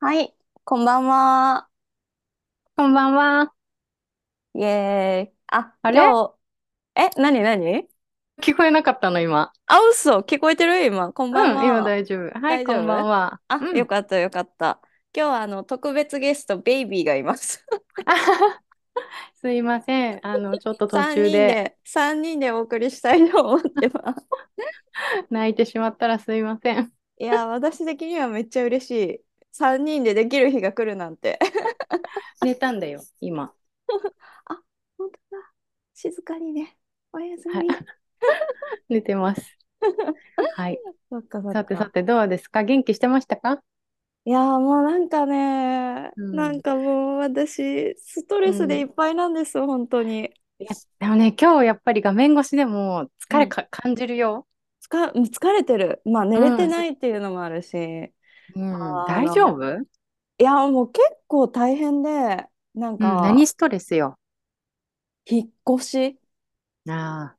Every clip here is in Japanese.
はい、こんばんは。こんばんは。イエーイ。あ、あれ今日、え、なになに聞こえなかったの、今。あ、嘘、聞こえてる今。こんばんうん、今は。大丈夫。はい、大こ丈んばん夫は。あ、うよん。かったよかった。今日はあの、特別ゲスト、ベイビーがいます。あはは すいません。あの、ちょっと途3中人でで、3人でお送りしたいと思ってます。泣いてしまったらすいま せん。いや、私的にはめっちゃ嬉しい。3人でできる日が来るなん て。寝たんだよ、今。あ、本当だ。静かにね。おやすはい。み。寝て ます。はい。そっかそっさてさか。て、どうですか元気してましたかいやーもうなんかね、うなんん。かもう私、ストうレスでいん。っぱいなんです、本当に。いや、でもね、今日やっぱり画面越しでもう疲れん。か感じるよ。つか、疲れてる。まあ、寝れうてん。なすいっていうのもあるし、うん、あ大丈の、夫うん、いや、もう結構大変で、なん何か、ストレスよ。引っ越し。ああ、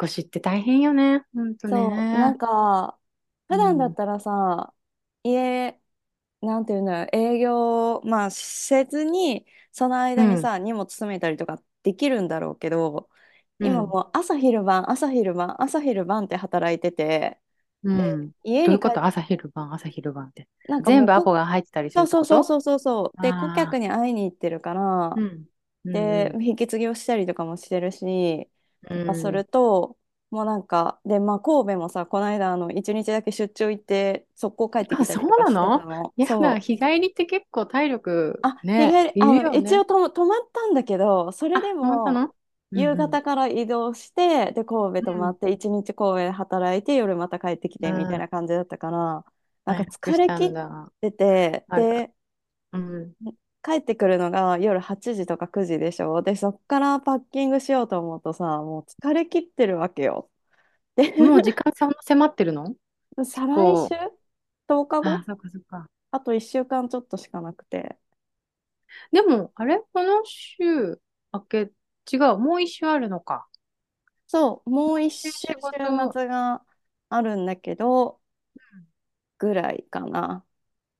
引っ越しって大変よね。ほんとそう、なね。んか、う普段だっん。たらさ、家、なんていうのよ、営業、まあ、せずに、そのう間にん。さ、荷物詰めたりとかできるんだろうけど、う今ん。もう朝昼晩、朝昼晩、朝昼晩って働いてて、うで、ん。家どうにいう帰こっと朝昼晩、朝昼晩って。なんかも全う部アポこ、が入ってたりすそるうってそうこそうとそうそうそう。で、顧客ああに会いに行ってるから、ー。うん。うで、ん。引き継ぎをしたりとかもしてるし、うまあ、するん。と、もうなんか、で、まあ、神戸もさ、この間、あの、一日だけ出張行って、速攻帰ってきあ、たそりうとかなしてたのの。やだ、そう。日帰りって結構体力あ、日ね、帰り、いあるの、よ一ね。応とも、泊まったんだけど、それであ、止まっも、たのうん夕うん。方から移動して、で、神戸泊うまん。って、一日神戸で働いて、夜また帰ってきうて、みたいん。な感じだったから、なんか回復疲しれた切んっだ。てて、あら。で、うん。帰ってくるのが夜8時とか9時でしょ。で、そっからパッキングしようと思うとさ、もう疲れ切ってるわけよ。で、もう時間そんな迫ってるの再来週こう。 ?10 日後あ、そっかそっか。あと1週間ちょっとしかなくて。でも、あれこの週明け、違う、もう一週あるのか。そう、もう一で週仕週事、末があるんだけど、ぐらいかな。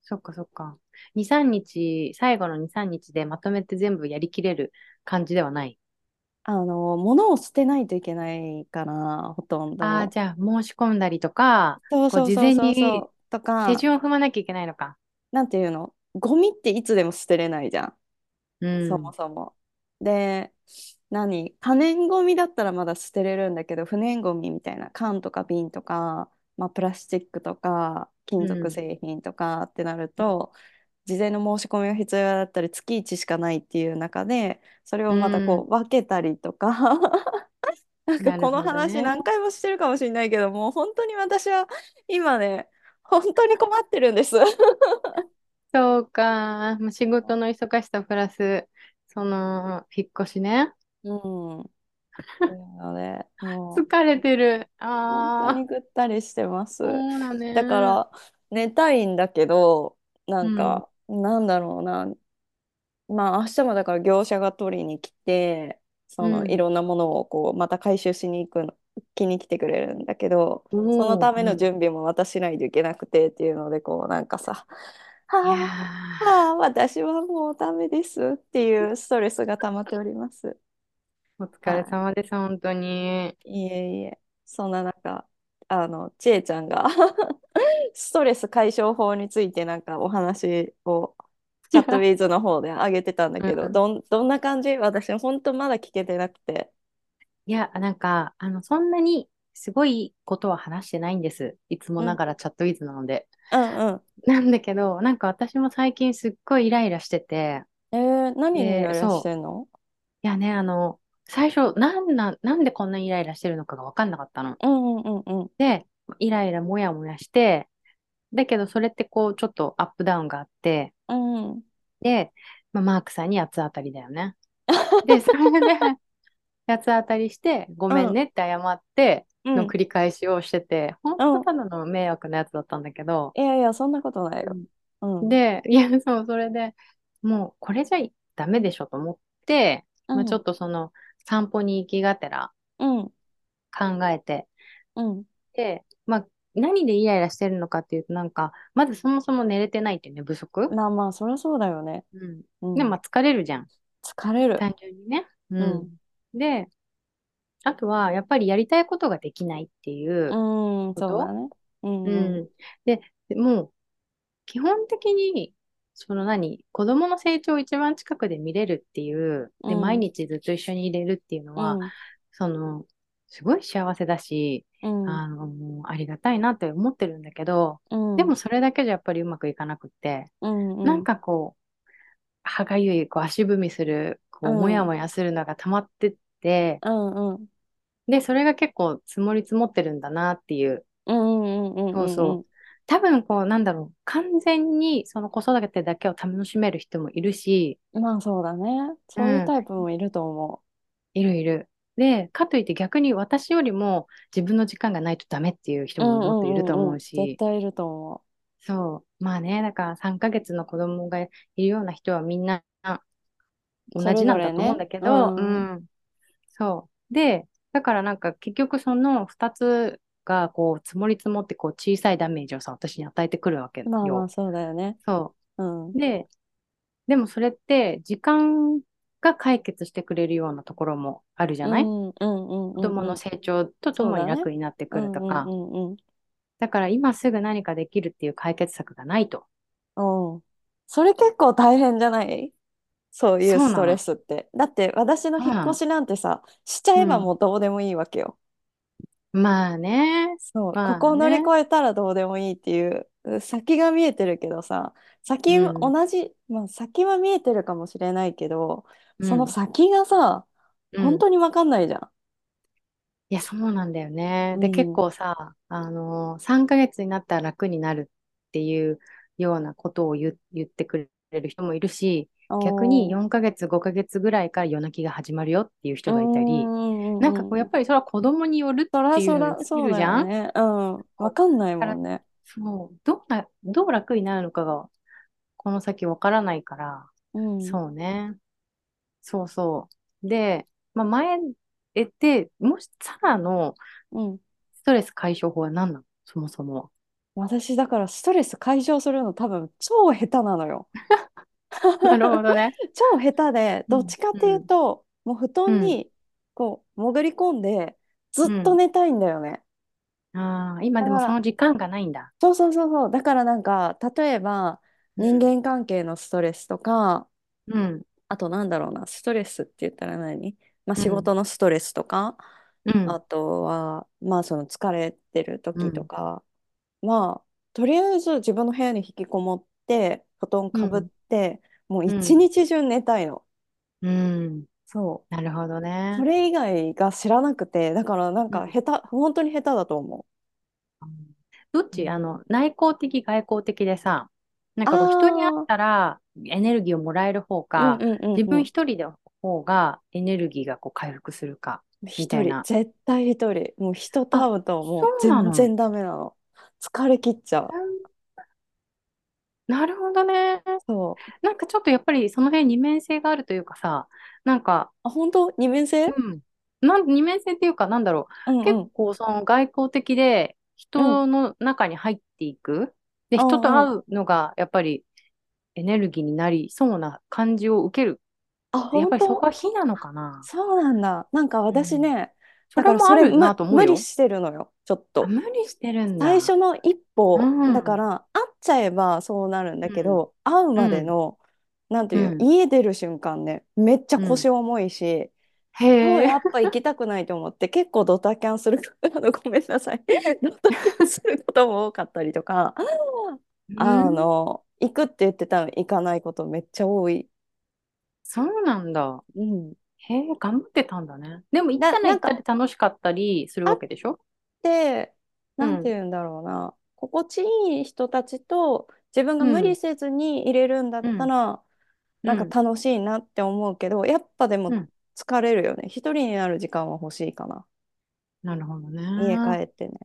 そっかそっか。2、3日、最後の2、3日でまとめて全部やりきれる感じではない。あの、物を捨てないといけないから、ほとんああ、ど。じゃあ申し込んだりとか、そうこそうう事そう前そうにそう。と手か、順を踏まなきゃいけないのか。なんていうのゴミっていつでも捨てれないじゃん。うそもん。そも。で、何可燃ゴミだったらまだ捨てれるんだけど、不燃ゴミみたいな缶とか瓶とか、まあ、プラスチックとか金う属ん。製品とかってなるうん。と、事前の申し込みが必要だったり、月1しかないっていう中で、それうをまたこんう分けたりとか、 なんかなるこのほど話ね。何回もしてるかもしれないけど、もう本当に私は今ね、本当に困ってるんです。そうか。まあ仕事の忙しさプラス、その、引っ越しね。うん。 なので、もう。疲れてる。本当あにあ、ぐったりしてまそす。うだだかね。ら寝たいんだけど、なうんん。か、なんだろうな。まあ明日もだから業者が取りに来て、うそのいん。ろんなものをこうまた回収しに行くの、来に来てくれるんだけど、そのおたお、めうのん。準備もまたしないといけなくてっていうので、こうなんかさ、いやはあ、はー、あ、私はもうダメですっていうストレスが溜まっております。お疲はれい様です、本当に。いえいえ、そんな中、あの、ちえちゃんが ストレス解消法についてなんかお話をいチャットウや、ィーズの方で上げてたんだうけど、ん。どん、どんな感じ私、ほんとまだ聞けてなくて。いや、なんか、あの、そんなにすごいことは話してないんです。いつもう、なんがらチャットウィズなので。うんうなんだけど、なんか私も最近すっごいイライラしてて、ん。えー、何にイで、ライラしそう。てんのいやね、あの、最初、なんなん、なんでこんなにイライラしてるのかが分かんなかったの。うんうんうんうん。で、イライラもやもやして、だけどそれってこう、ちょっとアップダウンがあって、うん。で、まあ、マークさんに八つ当たりだ よね。で、それで、八つ当たりして、ごうめんんねって謝ってうのん繰り返しをしてて、ほんうとん。ただの迷惑なやつだったんだけど、いやいや、そんなことないうよ。んうん。うんで、いや、そう、それでもうこれじゃダメでしょと思って、うまあ、ちょんっとその散歩に行きがてらうん考えて、うんで、まあ何でイライラしてるのかっていうと、なんか、まずそもそも寝れてないっていうね、不足。まあまあ、そりゃそうだよね。うん。うでも、まん。あ疲れるじゃん。疲れる。単純にね。う。うん。で、あとは、やっぱりやりたいことができないっていうんうん、こそうだと。ね。ううんうん。ん。で、でもう、基本的に、その何、子供の成長を一番近くで見れるっていう、うで、毎ん。日ずっと一緒にいれるっていうのうは、ん。その、すごい幸せだし、うん。あの、もうありがたいなって思ってるんだけど、うでもん。それだけじゃやっぱりうまくいかなくって、う。なんうんん。かこう、歯がゆい、こう足踏みする、うこう、もやん。もやするのが溜まってって、うん。で、それが結構積もり積もってるんだなっていう。うんうんうんうそうんうそう。ん多分こう、なんだろう。完全にその子育てだけを楽しめる人もいるし、うん。まあそうだね。う、そういうんタイプもいると思いるいる。で、かといって逆に私よりも自分の時間がないとダメっていう人う。うもんうもっといるんとうん思う。うん絶し、対いると思そう。まあね、だから3ヶ月の子供がいるような人はみんなう。同それじなぞんだれと思うね。んだけう。ど、うんうんん。そう。で、だからなんか結局その2つがこう積もり積もってこう小さいダメージをさ、私に与えてくるわけまあまあよ。そうだよね。そうん。う。で、でもそれって時間が解決してくれるようなところもあるじゃうないんうんうん子うん供うのん。成長とそとうもにだね。楽になってうくるんとうんか、うんうん。だから今すぐ何かできるっていう解決策がないと。うん。それ結構大変じゃないそういうそうスなトレの。スって。だって私のそう引っな越の。しなんてさ、しちゃうえばもん。うどうでもいいわけよ。まあね。そう、こまこあを乗りね。越えたらどうでもいいっていう、う先が見えてるけどさ、う先、ん。同じ、まあ先は見えてるかもしれないけど、うそのん。先がさ、う本当ん。にわかんないじゃん。いや、そうなんだよね。うで、結ん、構さ、あのー、3ヶ月になったら楽になるっていうようなことを言、言ってくれる人もいるし、逆におー、 4ヶ月、5ヶ月ぐらいから夜泣きが始まるよっていうう人がいたり、んうんなんうかんこう、うやっん。ぱりそれは子供によるそっらていうそのにら、尽きそうるだじよゃんね。うん、わそうかんないだかもら、んね。そう、どうな、どう楽になるのかが、この先わからないから、うん、そうね。そうそう。で、まあ、前、え、で、もし、さらのうん。ストレス解消法は何なのそもそもは。私だからストレス解消するの多分超下手なのよ。 なるほどね。超下手で、うどっん、ちかってう、いうんと、もう布う団ん、にこう潜り込んで、ずっうとん。寝たいんだよね。ああ、今だでかもそら、の時間がないんだ。そうそうそうそう。だからなんか、例えばう人ん、間関係のストレスとか、うん、あとなんだろうな、ストレスって言ったら何まあう仕ん、事のストレスとか、うあん、とは、まあその疲れてるう時とん、か、まあ、とりあえず自分の部屋に引きこもって、布団うかぶっん、て、もうう一ん、日中寝たいの。うん。そう。なるほどそね。れ以外が知らなくて、だからなんうかん。下手、本当に下手だと思どっう。うち、んあの、内向的、外向的でさ、なんかこう、人に会っああ、たらエネルギーをもらえる方うんか、うんうん自う分ん。一人の方がエネルギーがこう回復するか、み一たい人、な。絶対一人。もう人とあ、会うともそううな全の。然ダメなの。疲れ切っちゃう。なるほどね。そう。なんかちょっとやっぱりその辺二面性があるというかさ、なんか、あ、本当二面性うん。なん、二面性っていうか、なんだろうう。ん結うん。構、その外交的で、うん。人の中に入っていく。で、うんう人とん。会うのが、やっぱりエネルギーになりそうな感じを受ける。あ、で、やっ本ぱりそ当こは非なのかな。そうなんだ。なんかう私ん。ね、そだかられもそあれ、るなむ、と思う無理よ。してるのよ、ちょっあと。無理してるん最初だ。の一う歩、だかん。ら会っちゃえばそうなるんだうけん。ど、会ううまでん。の、なんてういう、ん。家出る瞬間ね、めっちゃうん。腰重いし、もうへえ。やっぱ行きたくないと思って、 結構ドタキャンする、 あの、ごめんなさい、ドタキャンすることも多かったりとか、うあん。の、行くって言ってたのに行かないことめっちゃ多い。そうなんだ。うん。へえ、頑張ってたんだね。でも行っな、たらな行んったか、で楽しかったりする会っわけでしょて、うなんてん。言うんだろうな、心地いい人たちと自分がう無理ん。せずに入れるんだっうたん。ら、うなんん。か楽しいなって思うけど、やっぱでうもん。疲れるよね。一人になる時間は欲しいかな。なるほど家帰ね。ってね。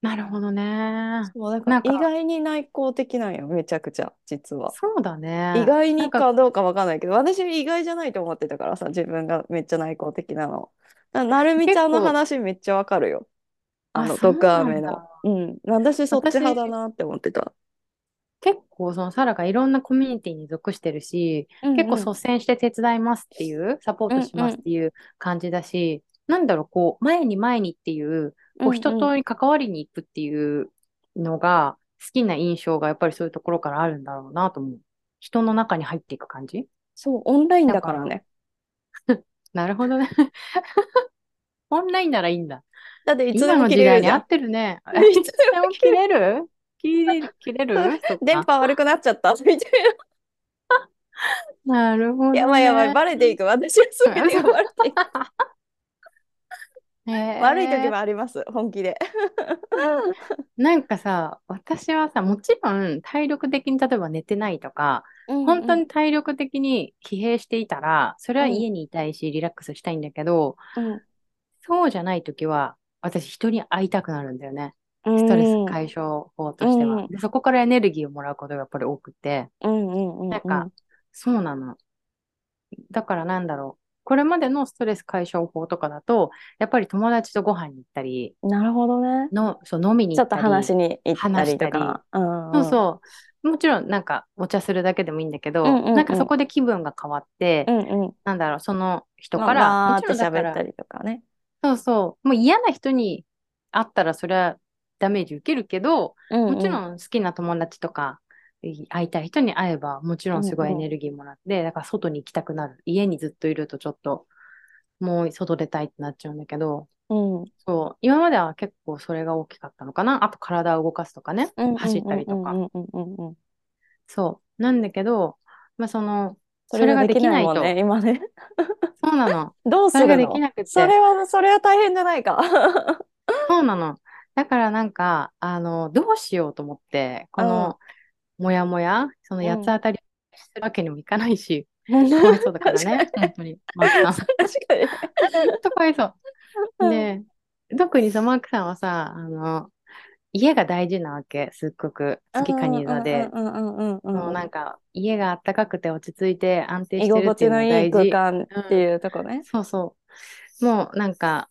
なるほどね。そう、だからなん意か、外に内向的なんよ、めちゃくちゃ、実は。そうだ意ね。外なんにか、かどうかわかんないけど、私意外じゃないと思ってたからさ、自分がめっちゃ内向的なの。だからなるみち結ゃんの構、話めっちゃわかるよ。ああ、の、そう毒な飴んの。だ。うん。私、そっち私、派だなって思ってた。結構そのサラがいろんなコミュニティに属してるし、うん結う構ん。率先して手伝いますっていう、サポーうトんしうますっん。ていう感じだし、なんだろう、こう、前に前にっていう、うこうん人うん。と関わりに行くっていうのが、好きな印象がやっぱりそういうところからあるんだろうなと思う。人の中に入っていく感じそう、オンラインだだかからら、ね。なるほどね。 オンラインならいいんだ。だっていつで今もの切れ時代るにじゃ合ん。ってるね。え、ねい いつでつもでも切切れる。れる切れる、切れ るそっ電か。波悪くなっちゃったみ たいな。なるほやどばいやばい、ね。バレていく。私はすぐにバレてい く。へ悪い時えもあります、本気で。なんかさ、私はさ、もちろん体力的に例えば寝てないとか、うん本う当んに体力的に疲弊していたら、それうはん家にいたいし、リラックスしたいんだけど、うんそうじゃない時は、私人に会いたくなるんだよね。うストレスんうん解消法うとしては。んで、そこからエネルギーをもらうことがやっぱり多くて、うんうんうんなんうか、んそうなの。だからなんだろう。これまでのストレス解消法とかだと、やっぱり友達とご飯に行ったり、なるほどね。の、そう、飲みにちょ行っっとた話しり、に行った話しりとたり、か。うんそううん。そう。もちろん、なんか、お茶するだけでもいいんだけうど、んうなんんかうそん。こで気分が変わっうて、んうん。なんだろう、その人まあ、から、もバーっちてろんだか喋ったら、りとかね。そうそう、もう嫌な人に会ったら、それはダメージ受けるけど、うんもちうん。ろん好きな友達とか、い会いたい人に会えば、もちうろんんすごいエうネん。ルギーもらって、だから外に行きたくなる。家にずっといるとちょっと、もう外出たいってなっちゃうんだけど、うんそう、今までは結構それが大きかったのかな。あと体を動かすとかね、うんう走んっうたんりうとか。んうんうんうんうん。そう。なんだけど、まあその、それそれががででききないなもいんね、と、今 ね。そう なの。どうそすれがるできのなくっそて、れは、それは大変じゃない か。そうなの。だからなんか、あの、どうしようと思って、うこん。の、もやもや、そのう八つん。当たりするわけにもいかないし、かわいそうだから 確かに。ね、本当に、マーク さ確ん。かに。本当かわいそう。で、特にさ、マークさんはさ、あの、家が大事なわけ、すっごく。うん月かうんニ座うんで。うんうんうもうんう。なんんか、家があったかくて落ち着いて安定居してる心って地いうののがいい大空事。間っうてん。いうとこね。そうそう。もうなんか、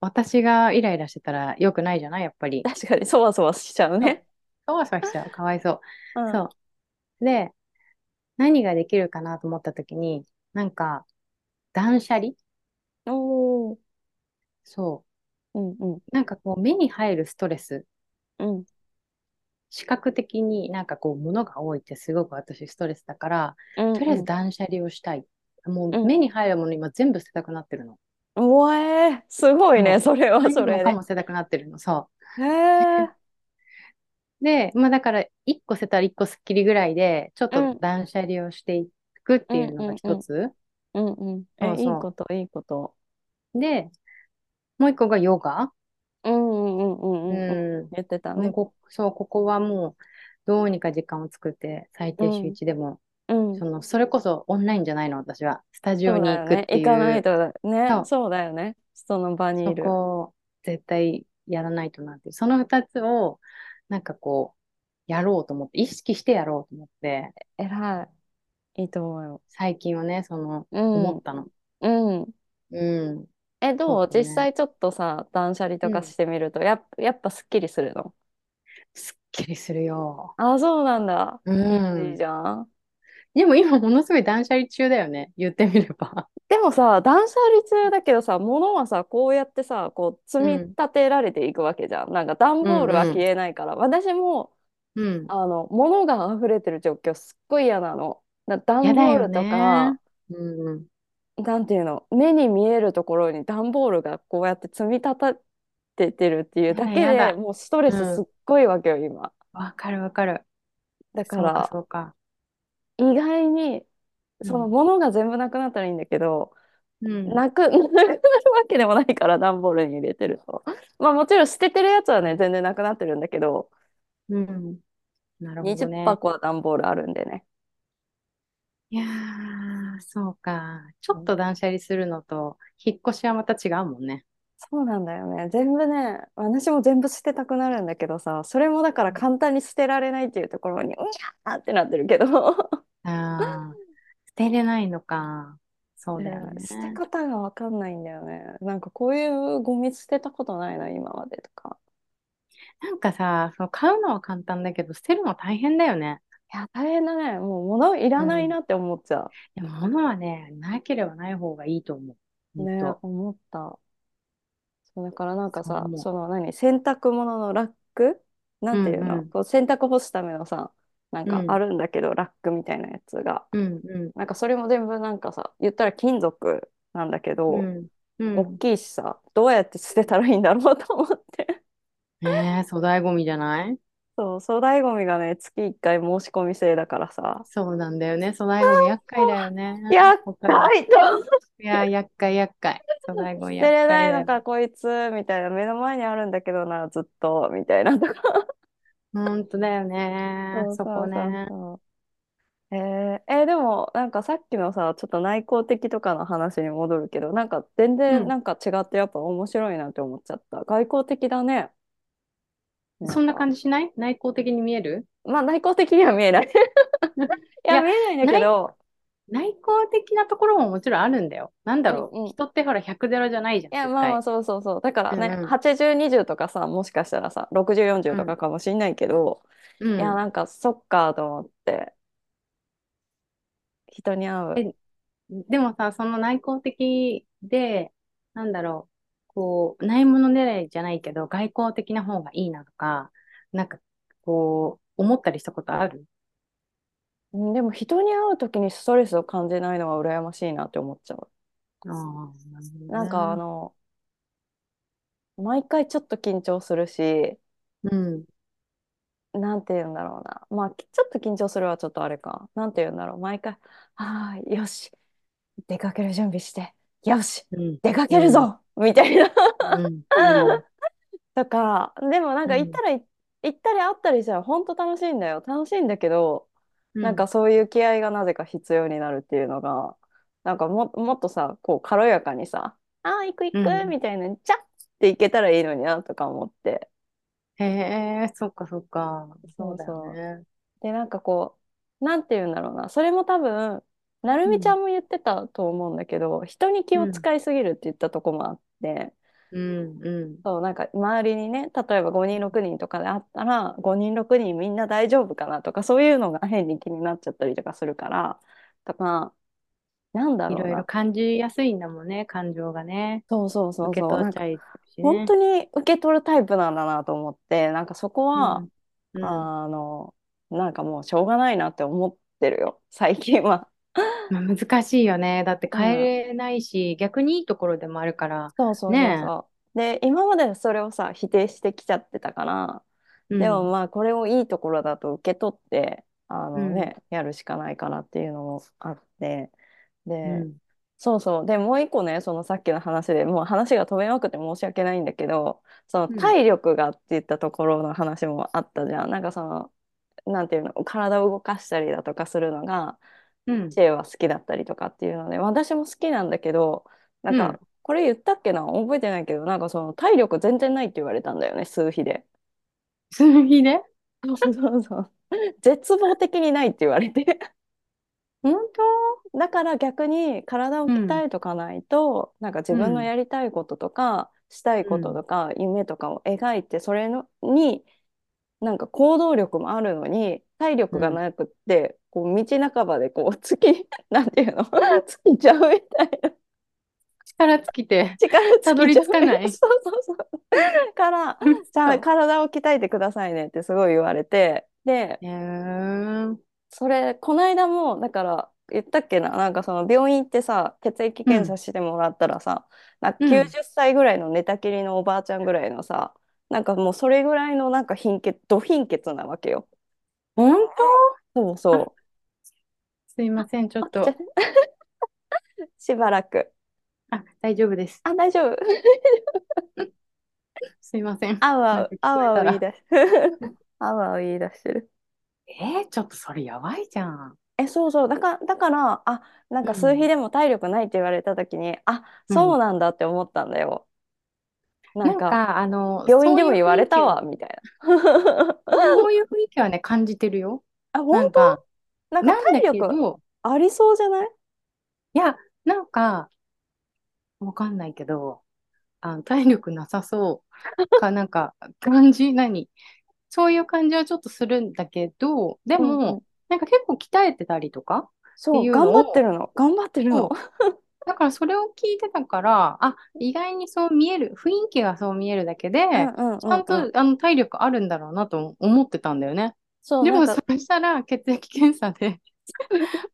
私がイライラしてたら良くないじゃないやっぱり。確かに、そわそわしちゃうそ う。ね。そわそわしちゃう。かわいそう。うん。そう。で、何ができるかなと思った時に、なんか、断捨離おー。そうんうんう。なんかこう、目に入るストレス。うん。視覚的になんかこう物が多いってすごく私ストレスだから、うんとりあえうずん。断捨離をしたい。う。もうん目に入るもの今全部捨てたくなってるの。うわえー、すごいね、そそれう。は何 そもれかで。も捨てたくなってるの。そへえ。う。で、まあだから1個捨てたら1個すっきりぐらいで、ちょっうとん断捨離をしていくっうていんうのうがんう一ん。つ。うんうん。 そえ、ういいそこと、いいこと。う。で、もう一個がヨガ。うんうんうんうんうん。うん。言ってたもうね。こ、そう、ここはもうどうにか時間を作って最う低週ん。 1でも、うん。その、それこそオンラインじゃないの、私は。スタジオそうにだ行よくっね。て、行かないいうとね、そう、そうだよね。その場にそいる。こを絶対やらないとなっていう、その2つを、なんかこう、やろうと思って、意識してやろうと思って、偉い。いいと思うよ。最近はね、その、思ったの。うん。うん。うん、え、そどううだ実ね。際ちょっとさ、断捨離うとかん。してみると、やっ、やっぱすっきりするの。すっきりするよ。あ、そうなんだ。ういいん。じゃん。でも今、ものすごい断捨離中だよね、言ってみれば。でもさ、断捨離中だけどさ、物はさ、こうやってさ、こう積うみん、立てられていくわけじゃん。なんか段うボールはん、う消ん、えないから、私も、うん。あの、物が溢れてる状況すっごい嫌なの。だや段だボーよルとね。か、うん、なんていうの、目に見えるところに段ボールがこうやって積み立ててるっていうやだだ、けやでだ。もうストレスうすっん。ごいわけよ、今。わかるわかる。だかそうか、ら、そうか。意外に、うそのん。物が全部なくなったらいいんだけど、うん。なく、 なくなるわけでもないから、段ボールに入れてると。まあもちろん捨ててるやつはね、全然なくなってるんだけど、うん。なるほど20ね。箱は段ボールあるんでね。いやー、そうか。ちょうっんと断捨離するのと、引っ越しはまた違うもんね。そうなんだよね。全部ね、私も全部捨てたくなるんだけどさ、それもだからうん簡単に捨てられないっていうところに、うにゃーってなってるけど。あー、捨てれないのか。そうだよねね。捨て方がわかんないんだよね。なんかこういうゴミ捨てたことないな、今までとか。なんかさ、その買うのは簡単だけど、捨てるの大変だよね。いや、大変だね。もう物いらないなって思っちゃでも物はね、なければない方がいいと思う。う。ね、ほんと思った。そう、だからなんかそうさ、思その何、洗濯物のラックなう。うんんていうのうこう洗濯干すためのさ、なんん。うかあんるんだけど、ラックみたいなやつが。うんうなんかそれも全部なんかさ、言ったら金属なんだけんうど、ん。う大ん。きいしさ、どうやって捨てたらいいんだろうと思って。 ねえ、粗大ゴミじゃないそう、粗大ゴミがね、月1回申し込み制だからさ。そうなんだよね。粗大ゴミ厄介だよね。やっわかる。かいと思っいやー、厄介厄介。粗大てゴミ捨て厄れな介いだのよ。か、こいつ、みたいな。目の前にあるんだけどな、ずっと、みたいなとか。ほんとだよね。そうそそこうそうね。そう。えー、えーでも、なんかさっきのさ、ちょっと内向的とかの話に戻るけど、なんか全う然ん。なんか違ってやっぱ面白いなって思っちゃった。外向的だね。なんそんなか。感じしない内向的に見えるまあ内向的には見 えない。いいや、や、見えないんだけ内ど、内向的なところももちろんあるんだよ。なんだうんろう。うん。人ってほら100ゼロじゃないじゃん、いや、絶まあまあ、対。そうそうそう。だからうんね、うん。 80、20とかさ、もしかしたらさ、60、40うとかん。かもしんないけど、ういや、ん。なんか、そっかと思って、人に会う。え、でもさ、その内向的で、なんだろう。こう、ないものねらいじゃないけど、外向的な方がいいなとか、なんか、こう、思ったりしたことあるうんでも、人に会うときにストレスを感じないのは羨ましいなって思っちゃう。ああー、なるほなんか、あどね。の、毎回ちょっと緊張するし、うん。なんて言うんだろうな。まあ、ちょっと緊張するはちょっとあれか。なんて言うんだろう。毎回、ああ、よし、出かける準備して、よし、うん。出かうけるん。ぞみたいな。うん。うん。とか、でもなんうか行ったん。らい行ったり会ったりしたら本当楽しいんだよ。楽しいんだけど、うなんかん。そういう気合がなぜか必要になるっていうのが、なんかも、もっとさ、こう軽やかにさ、ああ、行く行うくんみたいな、じゃっって行けたらいいのになとか思って。へえ、そっかそっか。そそううだよそう。ね。で、なんかこう、なんて言うんだろうな。それも多分、なるうみちゃん。んも言ってたと思うんだけど、人に気うをん。使いすぎるって言ったとこもあって、うん。うん。そう、なんか周りにね、例えば5人6人とかであったら、5人6人みんな大丈夫かなとか、そういうのが変に気になっちゃったりとかするから、とか、なんだいろうろいろな。感じやすいんだもんね、感情がね。そうそうそう受けそう。取っなんちか、ゃいし本ね。当に受け取るタイプなんだなと思って、なんかそこうは、ん。うん。あの、なんかもうしょうがないなって思ってるよ、最近は。まあ、難しいよね。だってう変えん。れないし、逆にいいところでもあるから。そうそうそうねそう。で、今までそれをさ、否定してきちゃってたから、え。うでもん。まあ、これをいいところだと受け取って、あうのん。ね、やるしかないかなっていうのもあって、うで、ん。そうそう。で、もう一個ね、そのさっきの話でもう話が飛べまくって申し訳ないんだけど、そのうん。体力がって言ったところの話もあったじゃん。なんかその、なんていうの、体を動かしたりだとかするのが、うん。知恵は好きだったりとかっていうので、私も好きなんだけど、なんうん。か、これ言ったっけな覚えてないけど、なんかその体力全然ないって言われたんだよね、数比で。数比でそうそうそう。絶望的にないって言われて。本当だから逆に体をうん。鍛えとかないと、なんか自う分のん。やりたいこととか、したいうことん。とか、夢とかを描いて、それのに、なんか行動力もあるのに、体力うがん。なくって、こう道半ばでこう、つき、 なんていうのつきちゃうみたいな。力尽きて、力尽たどきりちゃう。着かな い。そうそうそう。から、 うじゃあそ。体を鍛えてくださいねってすごい言われて、で、へえ。それ、この間も、だから、言ったっけな、なんかその病院行ってさ、血液う検査ん。してもらったらさ、なんかうん。 90歳ぐらいの寝たきりのおばあちゃんぐらいのさ、なんかもうそれぐらいのなんか貧血、ド貧血なわけよ。本そう当あ、そう。すいまあ、せん。ちょあ、っじゃ、と。しばらく。あ、大丈夫です。あ、大丈夫。すいません。あうあなんう、あうか聞こえあたう言いら。出し、 あうあう言い出してる。えー、ちょっとそれやばいじゃん。え、そうそう。だから、だから、あ、なんうか数比ん。でも体力ないって言われた時に、あ、う。そうんなんだって思ったんだよ。なんなんか、か、あの、病院そうでいもう言わ雰れ囲た気わ、を、みたいそうな。いう雰囲気はね、感じてるよ。あ、本なんか、当なんかなん体だけ力ど、ありそうじゃないいや、なんか、わかんないけど、あの体力なさそうか、なんか、感じ、何そういう感じはちょっとするんだけど、でうんうも、ん。なんか結構鍛えてたりとかってそう、いう頑の張ってを、るの。頑張ってるの。そうだからそれを聞いてたから、あ、意外にそう見える、雰囲気がそう見えるだけうで、んうんちうゃんんうん。とあの体力あるんだろうなと思ってたんだよね。そう、でなんもそか、れしたら血液検査 で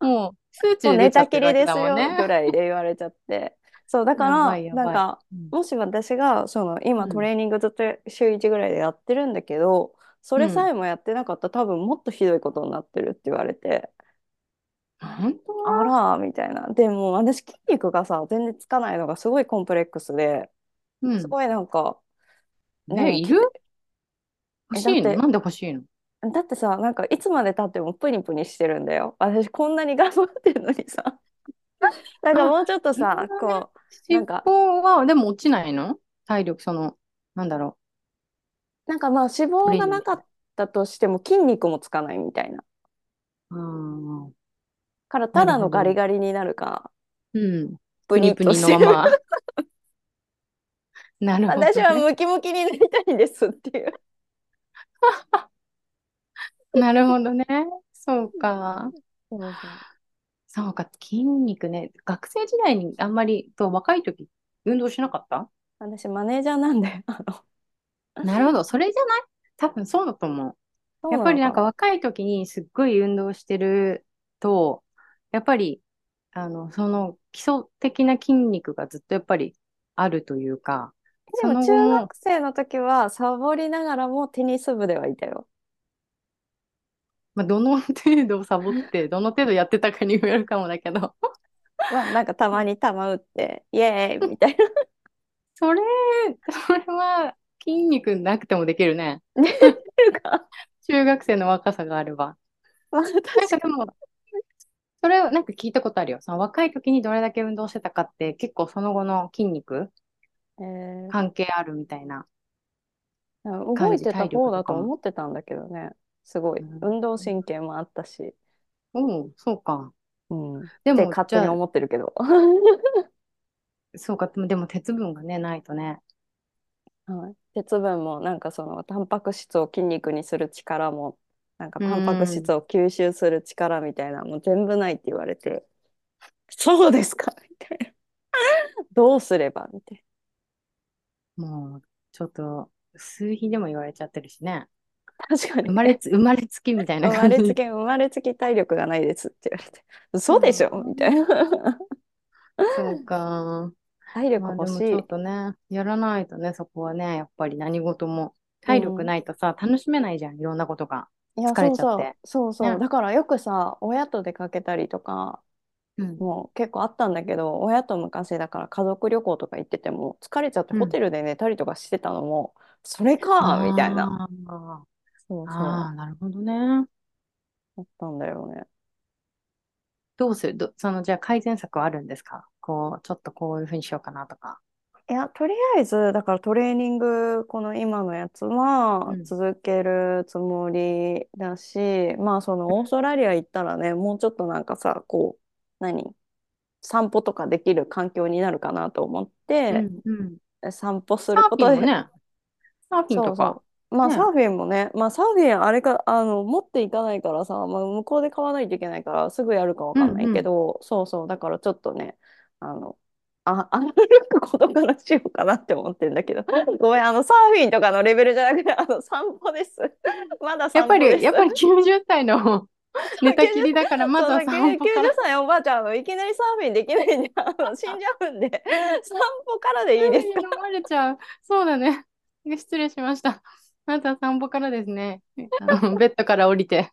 もう数値もうで寝出ちゃたってきるりわけでだすもんよね。ぐらいで言われちゃって。そう、だかやばら、いやなんばい。か、うん。もし私が、その、今うトん。レーニングずっと週1ぐらいでやってるんだけど、そうれさん。えもやってなかったら多分もっとひどいことになってるって言われて、本当あらー、みたいな。でも、私筋肉がさ、全然つかないのがすごいコンプレックスで、うすん。ごいなんか、え、何、いきるて、欲え、しだって、いのなんで欲しいのだってさ、なんかいつまで経ってもプニプニしてるんだよ。私こんなに頑張ってるのにさ。 なんかあ、もうちょっとなさ、るほどね。こう、なん尻か、尾は、でも落ちないの体力、その、なんだろなんかまあ脂う、肪トレーがニンなグかで。ったとしても筋肉もつかないみたいな。ああ、からたなるだほのガリど。ガリになるか、うん。ププニニップとニしのてまる。ま。 な るほ私どはね。ムキムキになりたいんですっていう。 なるほどね。そうか。そうそう。そうか、筋肉ね。学生時代にあんまり、と若い時、運動しなかった 私マネージャーなんで、あの、なるほど。それじゃない多分そうだと思う。そやうなっぱのりなかんかな。若い時にすっごい運動してると、やっぱり、あの、その基礎的な筋肉がずっとやっぱりあるというか、でそもの中後も、学生の時はサボりながらもテニス部ではいたよ。まあ、どの程度サボって、 どの程度やってたかにもよるかもだけど、まあなんかたまに球打って、イエーイみたいそれ、それは筋肉なくてもできるね。な。で、っていうか、中学生の若さがあれば。 まあ確なんかかでも、それをなんか聞いたことあるよ。その若い時にどれだけ運動してたかって結構その後の筋肉に。えー関係あるみたいな動感いじ、てた体力方とだかとも。思ってたんだけどね。すごうい。ん運動神経もあったし。おう、そうか。うん。ってでも、勝じ手にゃあ、思ってるけど。そうか、でも、でも鉄分がね、ないとね。 はい、鉄分もなんかそのタンパク質を筋肉にする力もなんかうタンパク質ん。を吸収する力みたいなのも全部ないって言われてそうですかみたいなどうすればみたいなもう、ちょっと、数比でも言われちゃってるしね。確か生にまれね つ、生まれつきみたいな生ま感れつじ。き生まれつき体力がないですって言われてう嘘でしんょみたいなそうか。体力まあ欲でしもちょっい、とね、やらないとね、そこはね、やっぱり何事も。う体力ん、ないとさ、楽しめないじゃん、いろんなことが。いや疲れそうちゃっそて。うそうそうね。だからよくさ親と出かけたりとかうん。もう結構あったんだけど親と昔だから家族旅行とか行ってても疲れちゃってうホん。テルで寝たりとかしてたのもそれかみたいなああ、そうあそあ、なるほどね。うあったんだよねどうするど、その、じゃあ改善策はあるんですかこう、ちょっとこういうふうにしようかなとか。いやとりあえずだからトレーニングこの今のやつうはん。続けるつもりだしまあそのオーストラリア行ったらねもうちょっとなんかさこう何散歩とかできる環境になるかなと思っうてんうん。散歩すサるーこフィとンもでね、サーフィそンとうか。そう。まあサね。ーフィンもね、まあサーフィンあれか、あの、持っていかないからさ、まあ向こうで買わないといけないからすぐやるかわうかんなんいうけん。ど、そうそう、だからちょっとね、あの、あ、歩くことからしようかなって思ってんだけ ど、ごめん、あの、サーフィンとかのレベルじゃなくて、あの、散歩です。 まだやっ散ぱ歩でり、す。やっぱり90歳 の寝たきりだから、まそずんはな散90歩から。 90歳おばあちゃん、いきなりサーフィンできないんで、あ の、死んじゃうんで、散歩からでいいです海かに飲まれちゃう。そうだね。失礼しました。まずは散歩からですね。あ の、ベッドから降りて。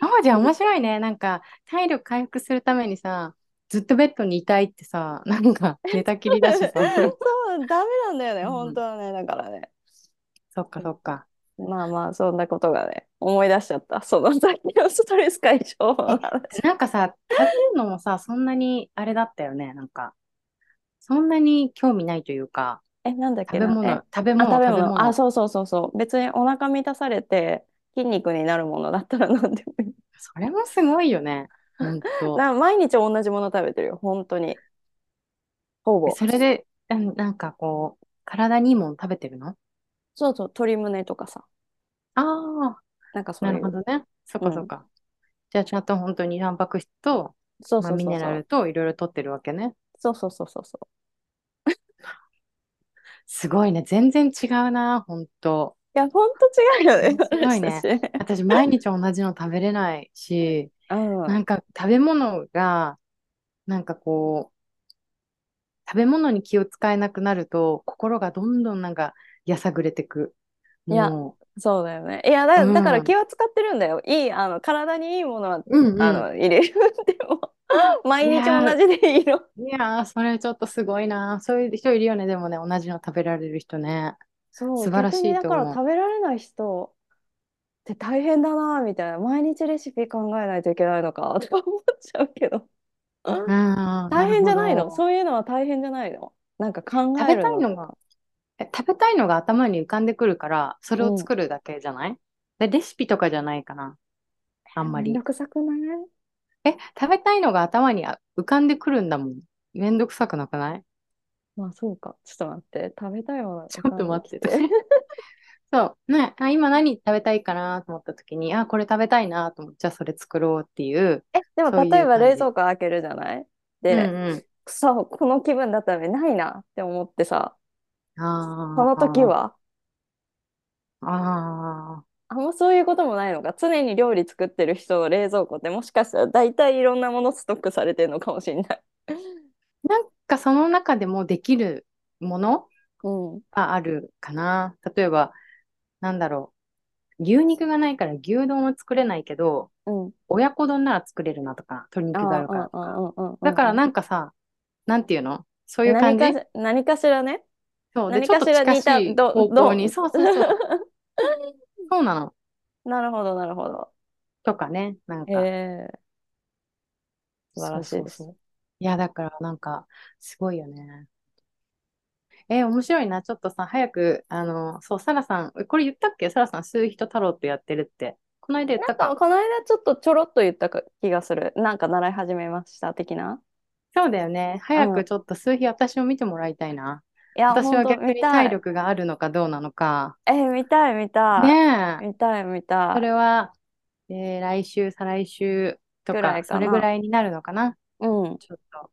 あまじゃん、面白いね。なんか、体力回復するためにさ、ずっとベッドにいたいってさ、なんか、寝たきりだしさ。 そう、ダメなんだよね、う本当ん、はね、だからね。そっかそっか。まあまあ、そんなことがね、思い出しちゃった。その先のストレス解消え、の話。なんかさ、食べるの もさ、そんなにあれだったよね。なんか、そんなに興味ないというか、え、なんだっ食けべな、物、え、食べあ、物、食べ食べ物。あ、物。そうそうそうそう。別にお 腹満たされて筋肉になるものだったらなんでもいい。それもすごいよね。ほんと。な毎日同じもの食べてるよ、本当に。ほぼ。それで、うんなんかこう、体にいいもの食べてるのそうそう、鶏胸とかさ。ああなんかそー、なういるほう。どね。そっかそっか。じゃあちゃんと本当にタンパク質と、そうまあ、そうミそうネラそう。ルといろいろ取ってるわけね。そうそうそうそうそう。すごいね。全然違うな、ほんと。いや、ほんと違うよ ね、面白い私たね。ち。私、毎日同じの食べれないし、う。なんんか食べ物が、なんかこう、食べ物に気を使えなくなると、心がどんどんなんか、やさぐれてく。いや、もそうだよね。いや、う、だ、だかうらん。気は使ってるんだよ。いい、あの、体にいいものは、うんあうん。の、入れる。でも、毎 い日同やー、じでいいの。いやー、それちょっとすごいな。そういう人いるよね。でもね、同じの食べられる人ね。そう、素晴ら逆しにいだとから思う。食べられない人って大変だな、みたいな。毎日レシピ考えないといけないのか、とか思っちゃうけ ど。うん、な大る変じほゃないのど。そういうのは大変じゃないのなんか考食えべるたいののとが、か。え食べたいのが頭に浮かんでくるから、それうをん。作るだけじゃないで、レシピとかじゃないかな。あんまめんどり。くさくないえ、食べたいのが頭にあ浮かんでくるんだもん。めんどくさくなくないまあそうか。ちょっと待って。食べたいものち浮ょかっとんで待きって。て。そう。ね、あ、今何食べたいかなと思った時に、あ、これ食べたいなと思って、じゃあそれ作ろうっていう、え、でもそう例いえうば感冷じ。蔵庫開けるじゃないうんで、うくそ、この気分だったらないなって思ってさ、ん。そあの時あ、は、ああ、あんまそういうこともないのか、常に料理作ってる人の冷蔵庫ってもしかしたら大体いろんなものストックされてるのかもしれない。なんかその中でもできるものうん。があるかな。例えば、なんだろう。牛肉がないから牛丼は作れないけど、うん。親子丼なら作れるなとか、鶏あ肉がああ、るからとうか。んうんうだんからうんうんなんかさ、なんていうのそういう何感かし、じ何かしらね、そう。で、何ちょっかとしら近似、したいど、方向に、 ど、そうそうそう。そうなの。なるほど、なるほど。とかね、なんえか。え、素晴そらうしいそうでそす。う。いや、だからなんか、すごいよね。えー面白いな。ちょっとさ、早く、あの、そう、サラさん、これ言ったっけサラさん、数ヒとタロットやってるって。この間言っなたんか、か。この間ちょっとちょろっと言ったか気がする。なんか習い始めました的な。そうだよね。う早ん。くちょっと数ヒ私を見てもらいたいな。いや、私ほんはと、逆見に体たい。力があるのかどうなのか。えー、見たい、見たねい。え。見たい、見それたは、えー来週、再来週い。とぐらか、いそかれぐな。らいになるのかな。うん。ちょっと、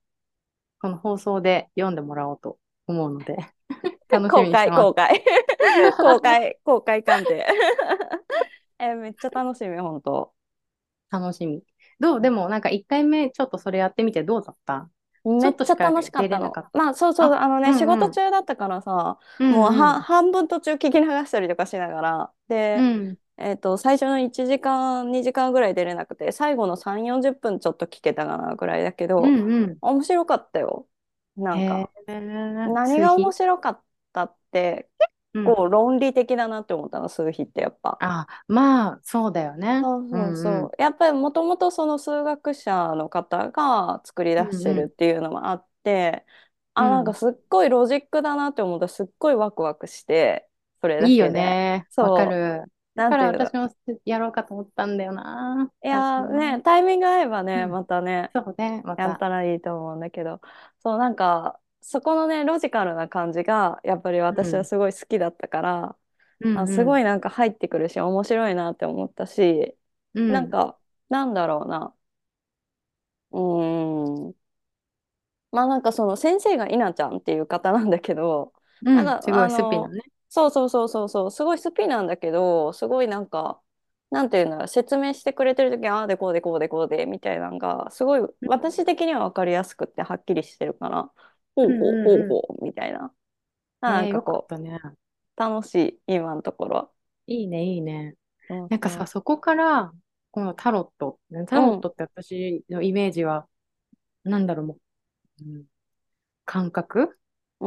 この放送で読んでもらおうと思う ので、 楽し公みにし開、てま公す。開。公開、公開鑑定。 えー、めっちゃ楽しみ、ほんと。楽しみ。どうでも、なんか1回目、ちょっとそれやってみてどうだったちょめっっとちしゃか楽しか出っれたなかの。った。まあそうそう、あ、あのうね、仕んう事ん。中だったからさ、うもうはん半分途中聞き流したりとかしながら、うで、ん。うん。えっと、最初の1時間、2時間ぐらい出れなくて、最後の3、40分ちょっと聞けたかなぐらいだけうど、んうん。面白かったよ。なへんえ、か、何数が面比白かったって、う結ん。構論理的だなって思ったの、数比ってやっぱ。あ、まあ、そうだよね。そううそうそんう。やっぱりもともとその数学者の方が作りう出ん。しうてんうるん。っていうのもあって、うあ、なんかん。すっごいロジックだなって思った。すっごいワクワクして、それだいいよけで。ね。わかそう。る。なだんかてらいう私の。もやろうかと思ったんだよな。いだっやーたな。ね、タイミング合えばうね、ん。またね、そうね。ま。やったたらいいと思うんだけど、そう、なんか、そこのね、ロジカルな感じが、やっぱりう私はん。すごい好きだったから、うあ、んうすごん。いなんか入ってくるし、面白いなって思ったし、うなんん。か、なんだろうな。うーん。まあなんかその先生が稲ちゃんっていう方なんだけど、うなんん。かすごあいスピのの、ね。そうそうそうそうそう、すごいスピなんだけど、すごいなんか、なんていうんだろう、説明してくれてる時ああーでこうでこうでこうでみたいなのが、すごい私的には分かりやすくってはっきりしてるから、ほううんほううほうんうほうみたいな、ん。なんえー、かよかっこたね。う、楽しい、今のところいいね、いいね。は。なんうかんさ、そこから、このタロット。タうロん。ッうトん。って私のイメージは、なんだろう、もう、うん、感覚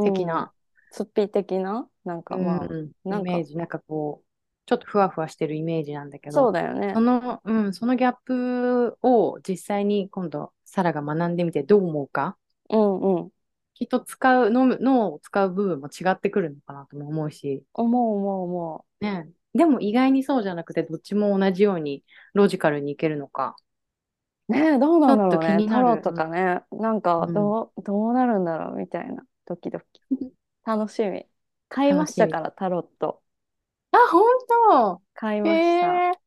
的うん。な、すっぴー的な、なんかうまん、あ、なイんメーか、ジ、なんかこう、ちょっとふわふわしてるイメージなんだけそうど、だよそね。の、うん、そのギャップを実際に今度、サラが学んでみてどう思うか、うんうん。きっと使う、脳脳を使う部分も違ってくるのかなとも思うし、思う思う思う。ねえ、でも意外にそうじゃなくて、どっちも同じようにロジカルにいけるのか。ねえ、どうちなょんだろっとう気ね。にタなロる。ットかね。なんうか、ん。どう、どうなるんだろうみたいな。ドキ ドキ。楽しみ。買いま楽ししたみ。から、タロット。あ、本買い当。へました。え。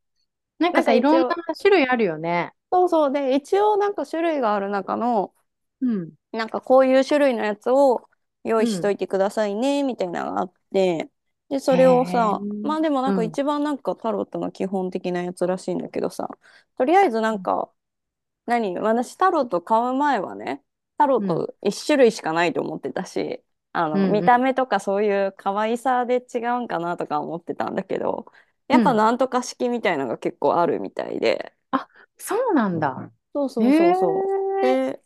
ななんかんかさ、い一ろんな応、種類あるよね。そうそう。で、一応なんか種類がある中の、うん。なんかこういう種類のやつを用う意しとん。いてくださいね、みたいなのがあって、で、そへれをえ。さ、まあでもなうんかん。一番なんかタロットの基本的なやつらしいんだけどさ、とりあえずなんか、何私タロット買う前はね、タロッうん。ト一種類しかないと思ってたし、あうの、見ん。た目とかそういう可愛さで違うんかなとか思ってたんだけど、やうっぱん。なんとか式みたいのが結構あるみたいで、あ、そうなんだ。そうそうへそえ。うそう。で、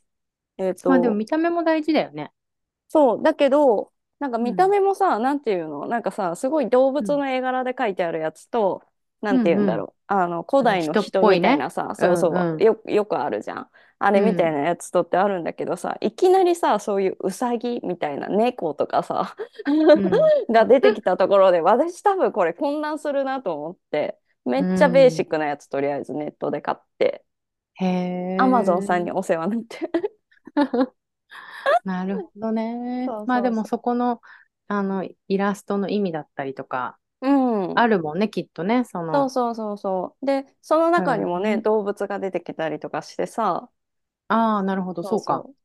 えっまあでもと、見た目も大事だ よね。そう、だけど、なんかう見たん。目もさ、なんていうの、なんかさ、すごい動う物ん。の絵柄で描いてあるやつと、なうんていうんんだうん。ろう、あの、古あの代の人っ人ぽみいたいね。なさ、うそうんそうう、ん。よ、よくあるじゃん。あれうみたいん。なやつとってあるんだけどさ、いきなりさ、そういううさぎみたいな猫とかさ、 うん。が出てきたところで、私多分これ混乱するなと思って、めうっちゃベーシッん。クなやつとりあえずネットで買って、へアマゾンさんえ。にお世話になって。 なるほどね。そうまあそでうもそそこの、あの、イラストの意味だったりとか、う。うん。あるもんね、きっとね、そそうの、そうそうそう。で、そのな中にるほもどね、ね。動物が出てきたりとかしてさ、ああ、なるほど、そそううか。そう。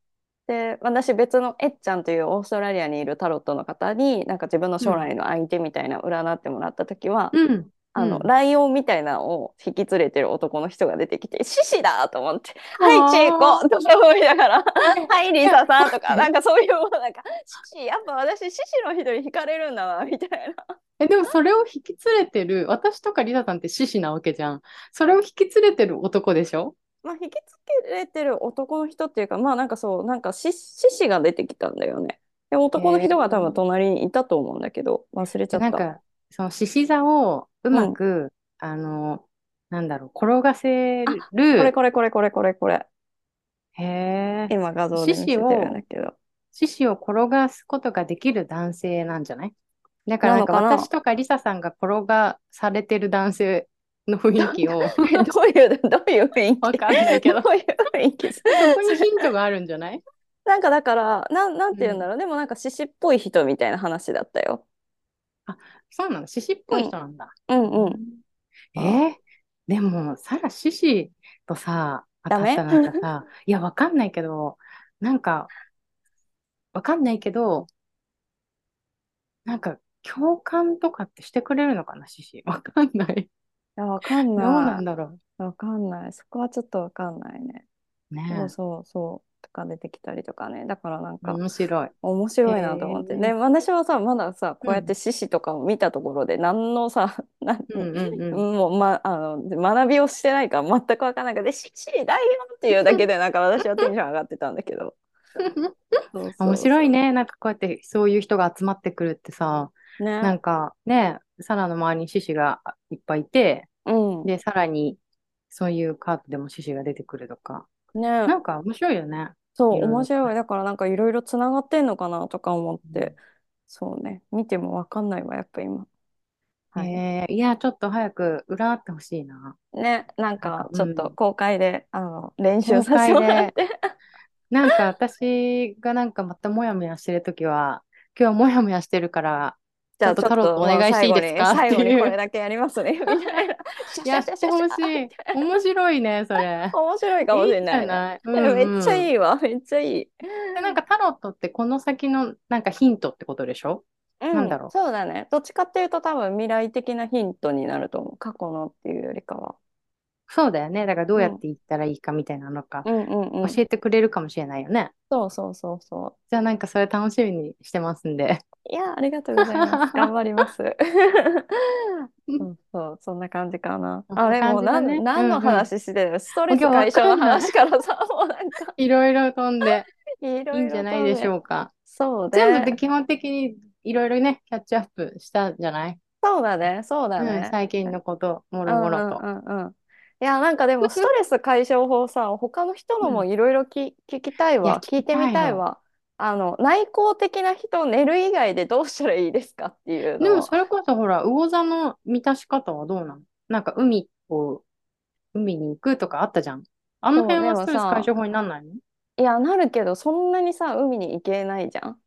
で、私別のえっちゃんというオーストラリアにいるタロットの方に、なんか自分のう将ん。来の相手みたいな占ってもらった時は、うん。あうの、ん。ライオンみたいなのを引き連れてる男の人が出てきて、獅子だと思って、はい、チーコああ。とか思いながら、え、 はい、リえ、サさん待とっか、なんて。かそういうもう なんか、獅子、やっぱ私、獅子の人に惹かれるんだな、みたいな。え、でもそれを引き連れてる、私とかリナさんって獅子なわけじゃん。それを引き連れてる男でしょまあ、引きつけられてる男の人っていうか、まあなんかそう、なんか獅獅子が出てきたんだよね。で、へ男の人が多分え。隣にいたと思うんだけど、忘れちで、ゃっなんた。か、その獅子座をううまん。く、あの、なんだろう、転がせあ、これる、これこれこれこれこれ。へえ、今画像獅で見子せてるんだを、けど。獅子を転がすことができる男性なんじゃないだからななのんかか私なとかリサさんが転がされてる男性の 雰囲気をどういう、どういう雰囲わ気かんないけど、 どういう雰囲気そそこにれヒントがあるんじゃない なんかだから、なん、なんうて言うんだん。ろう。でもなんか獅子っぽい人みたいな話だったよ。あ、そうなの、獅子っうぽいん。人なんだ。ううんうん。んあ、えーでも、サラ、獅子とさ、当ダたっメたなんかさ、 いや、わかんないけど、なんか、わかんないけど、なんか、共感とかってしてくれるのかな、獅子。わかんないい。や、わかんどうななんだろい。わかんない。そこはちょっとわかんないね。う。そうねそうそう。とか出てきたりとかね。だからなんえ、か面白い。面へ白いなと思って。で、え。私はさ、まださ、こううやってん。獅子とかを見たところで、何のさ、 なん、うんうんうん。もう、ま、あの、学びをしてないから全くわからないけど、で、獅子だよっていうだけ で、なんか私はテンション上がってたんだけど。そう面そう白いそね。なんかこうやってそういう人が集まってくるってさ、う。ね。なんかね、サラの周りに獅子がいっぱいいて、うん。で、さらにそういうカードでも獅子が出てくるとか、ね。なんか面白いよね。そう、いろい面ろ白と。い。だからなんかいろいろつながってんのかなとか思っうて。んそうね。見てもわかんないわ、やっぱ今。はい。えー、いや、ちょっと早く占ってほしいな。ね、なんなんか、かうちょっとん。公開であの練習さ公せて開もらっで、てなんか私がなんかまたモヤモヤしてるときは、今日はモヤモヤしてるから、じちゃょあっとちょタっロットとおもう願いし最ていい後ですにかっ最て後にいこれう。だけやります ねみたいなシャシやャっシャシャシてほャしみい。たいな面白いね、それ。面白いかもいしいれんじなゃいねないうんめっちゃうん。いいわめっちゃいいで、なんかタロットってこの先のなんかヒントってことでしょなうんだんろそうだねどっちかっていうと多分未来的なヒントになると思う過去のっていうよりかはう。そうだよね。だからどううやん、っうんていったらいいかみたいなのかうんうん教えてくれるかもしれないよね。そうそうそうそじゃあなんかそれ楽しみにしてますんで。ういやありがとうござい ます頑張りますそうそう、そんな感じかな。そんあなれ、もう感じだ何、ね。う何のんうん。話してるストもレう今日ス解消のわかんない。話からさ、もうなんか、いろいろ飛んで いいろいいんじろゃとないでしね、ょうか。そう全部でね、基本的にいろいろね、キャッチアップしたんじゃないそうだね、そうだうん、ね。最近のこと、もうろもんうろんと。うんうん。いや、なんかでも、ストレス解消法さ、他の人うのもん。いろいろき聞きたいいや、わ、聞聞いきてみたいたいよ。わ。あの、内向的な人、寝る以外でどうしたらいいですかっていうでものを。それこそほら、魚座の満たし方はどうなのなんか海を、海に行くとかあったじゃん。あの辺そうではもストレスさ解消法になんないの いや、なるけど、そんなにさ、海に行けないじゃ ん。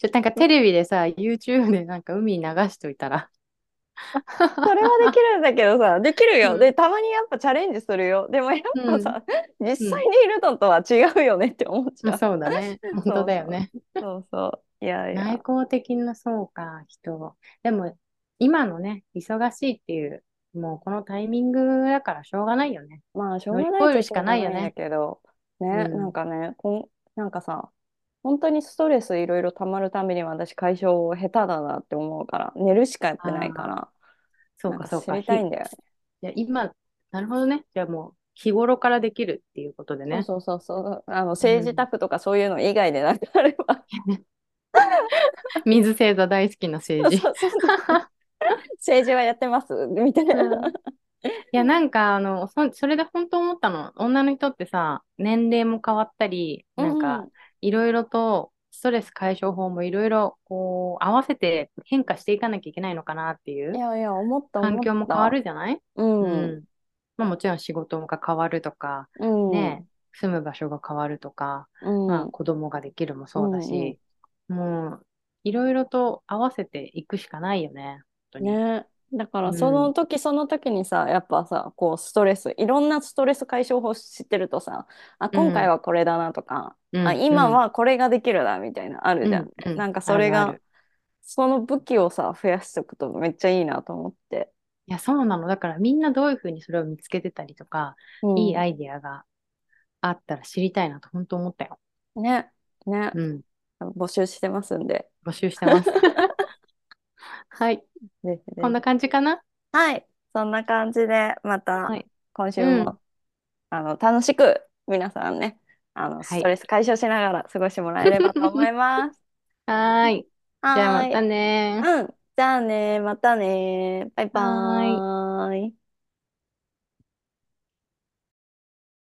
ちょ、なんかテレビでさ、YouTube でなんか海流しといたら。それはできるんだけどさ、できるよ。うんで、たまにやっぱチャレンジするよ。でもやっぱさ、実際にいるのとは違うよねって思っちゃう。そう だね。本当だよね。そうそう。いやい内や。向的な、そうか、人。でも、今のね、忙しいっていう、もうこのタイミングだからしょうがないよね。まあ、しょう乗がりない越えっるちしゃしょかうながいなよいんだね。けど、ね、うんなんかね、こん、なんかさ、本当にストレスいろいろ溜まるために私解消下手だなって思うから、寝るしかやってないから、そうなんか、かそう知か。りひたいんだよね。いや今、なるほどね。じゃあもう、日頃からできるっていうことでそうね。そうそうそう。あの、う政治ん、タクとかそういうの以外でなくあれば。水星座大好きなそう政治。そうそうそう。政治はやってますみたいな。うんいや、なんか、あの、そ、それで本当思ったの。女の人ってさ、年齢も変わったり、うなんんうか、ん。いろいろと、ストレス解消法もいろいろ、こう、合わせて変化していかなきゃいけないのかなってい、いうやいや、思った環思っ境も変わた。。るじゃないううんん。まあ、もちろん仕事が変わるとか、うん。ね、住む場所が変わるとか、うまあ、ん。子供ができるもうそうだん。うし、もう、いろいろと合わせていくしかないよね、本当ん。に。ね。だからうそのん。時その時にさ、やっぱさ、こうストレス、いろんなストレス解消法知ってるとさ、あ、う今回ん。はこれだなとか、うあ、ん。う今ん。はこれができるなみたいな、あるうじゃんん。ね。う。なんんかそあれるあが、る。その武器をさ、増やしておくとめっちゃいいなと思って。いや、そうなの。だからみんなどういうふうにそれを見つけてたりとか、ういいん。アイディアがあったら知りたいなと本当思ったよ。ね。ね。うん。募集してますんで。募集し てます。はい。ぜひこんぜなひ。感じかなはい。そんな感じで、まはたい。今週うん。も、あの、楽しく皆さんね、あの、スはトい。レス解消しながら過ごしてもらえればと思います。はーい。じゃあはまーたい。ねうん。じゃあね、またね。バイバー。はーい。ーイ。